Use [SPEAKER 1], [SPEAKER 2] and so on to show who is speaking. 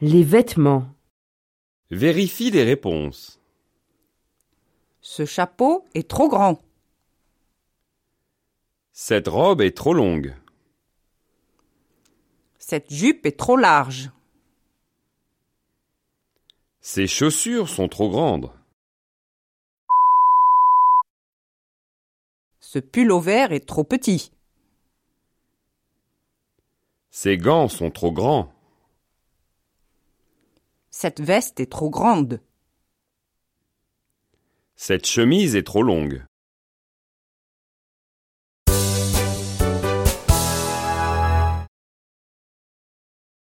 [SPEAKER 1] Les vêtements.
[SPEAKER 2] Vérifie les réponses.
[SPEAKER 3] Ce chapeau est trop grand.
[SPEAKER 2] Cette robe est trop longue.
[SPEAKER 3] Cette jupe est trop large.
[SPEAKER 2] Ces chaussures sont trop grandes.
[SPEAKER 3] Ce pull au vert est trop petit.
[SPEAKER 2] Ces gants sont trop grands.
[SPEAKER 3] Cette veste est trop grande.
[SPEAKER 2] Cette chemise est trop longue.